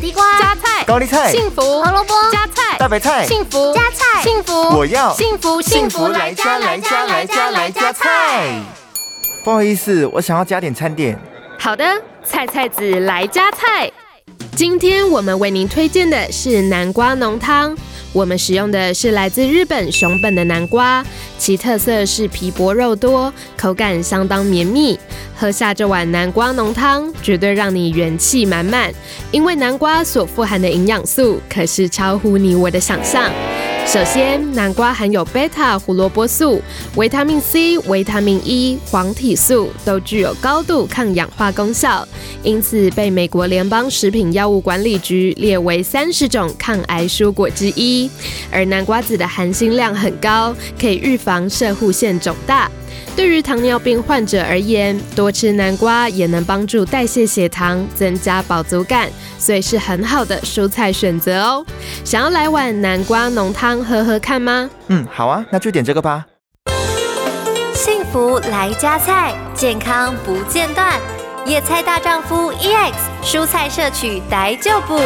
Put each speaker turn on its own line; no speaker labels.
地瓜、
加菜、
高丽菜、
幸福、
胡萝卜、
加菜、
大白菜、
幸福、
加菜
幸福，
我要
幸福
幸
幸福
福
来加来加来加来加菜。。
不好意思，我想要加点餐点。
好的，菜菜子来加菜。今天我们为您推荐的是南瓜浓汤，我们使用的是来自日本熊本的南瓜，其特色是皮薄肉多，口感相当绵密。喝下这碗南瓜浓汤，绝对让你元气满满，因为南瓜所富含的营养素可是超乎你我的想象。首先，南瓜含有贝塔胡萝卜素、维他命 C、维他命 E、黄体素，都具有高度抗氧化功效，因此被美国联邦食品药物管理局列为三十种抗癌蔬果之一。而南瓜子的含锌量很高，可以预防射护腺肿大。对于糖尿病患者而言，多吃南瓜也能帮助代谢血糖，增加饱足感，所以是很好的蔬菜选择哦。想要来碗南瓜浓汤喝喝看吗？
嗯，好啊，那就点这个吧。
幸福来加菜，健康 E 不间断。野菜大丈夫 EX 蔬菜摄取来就补。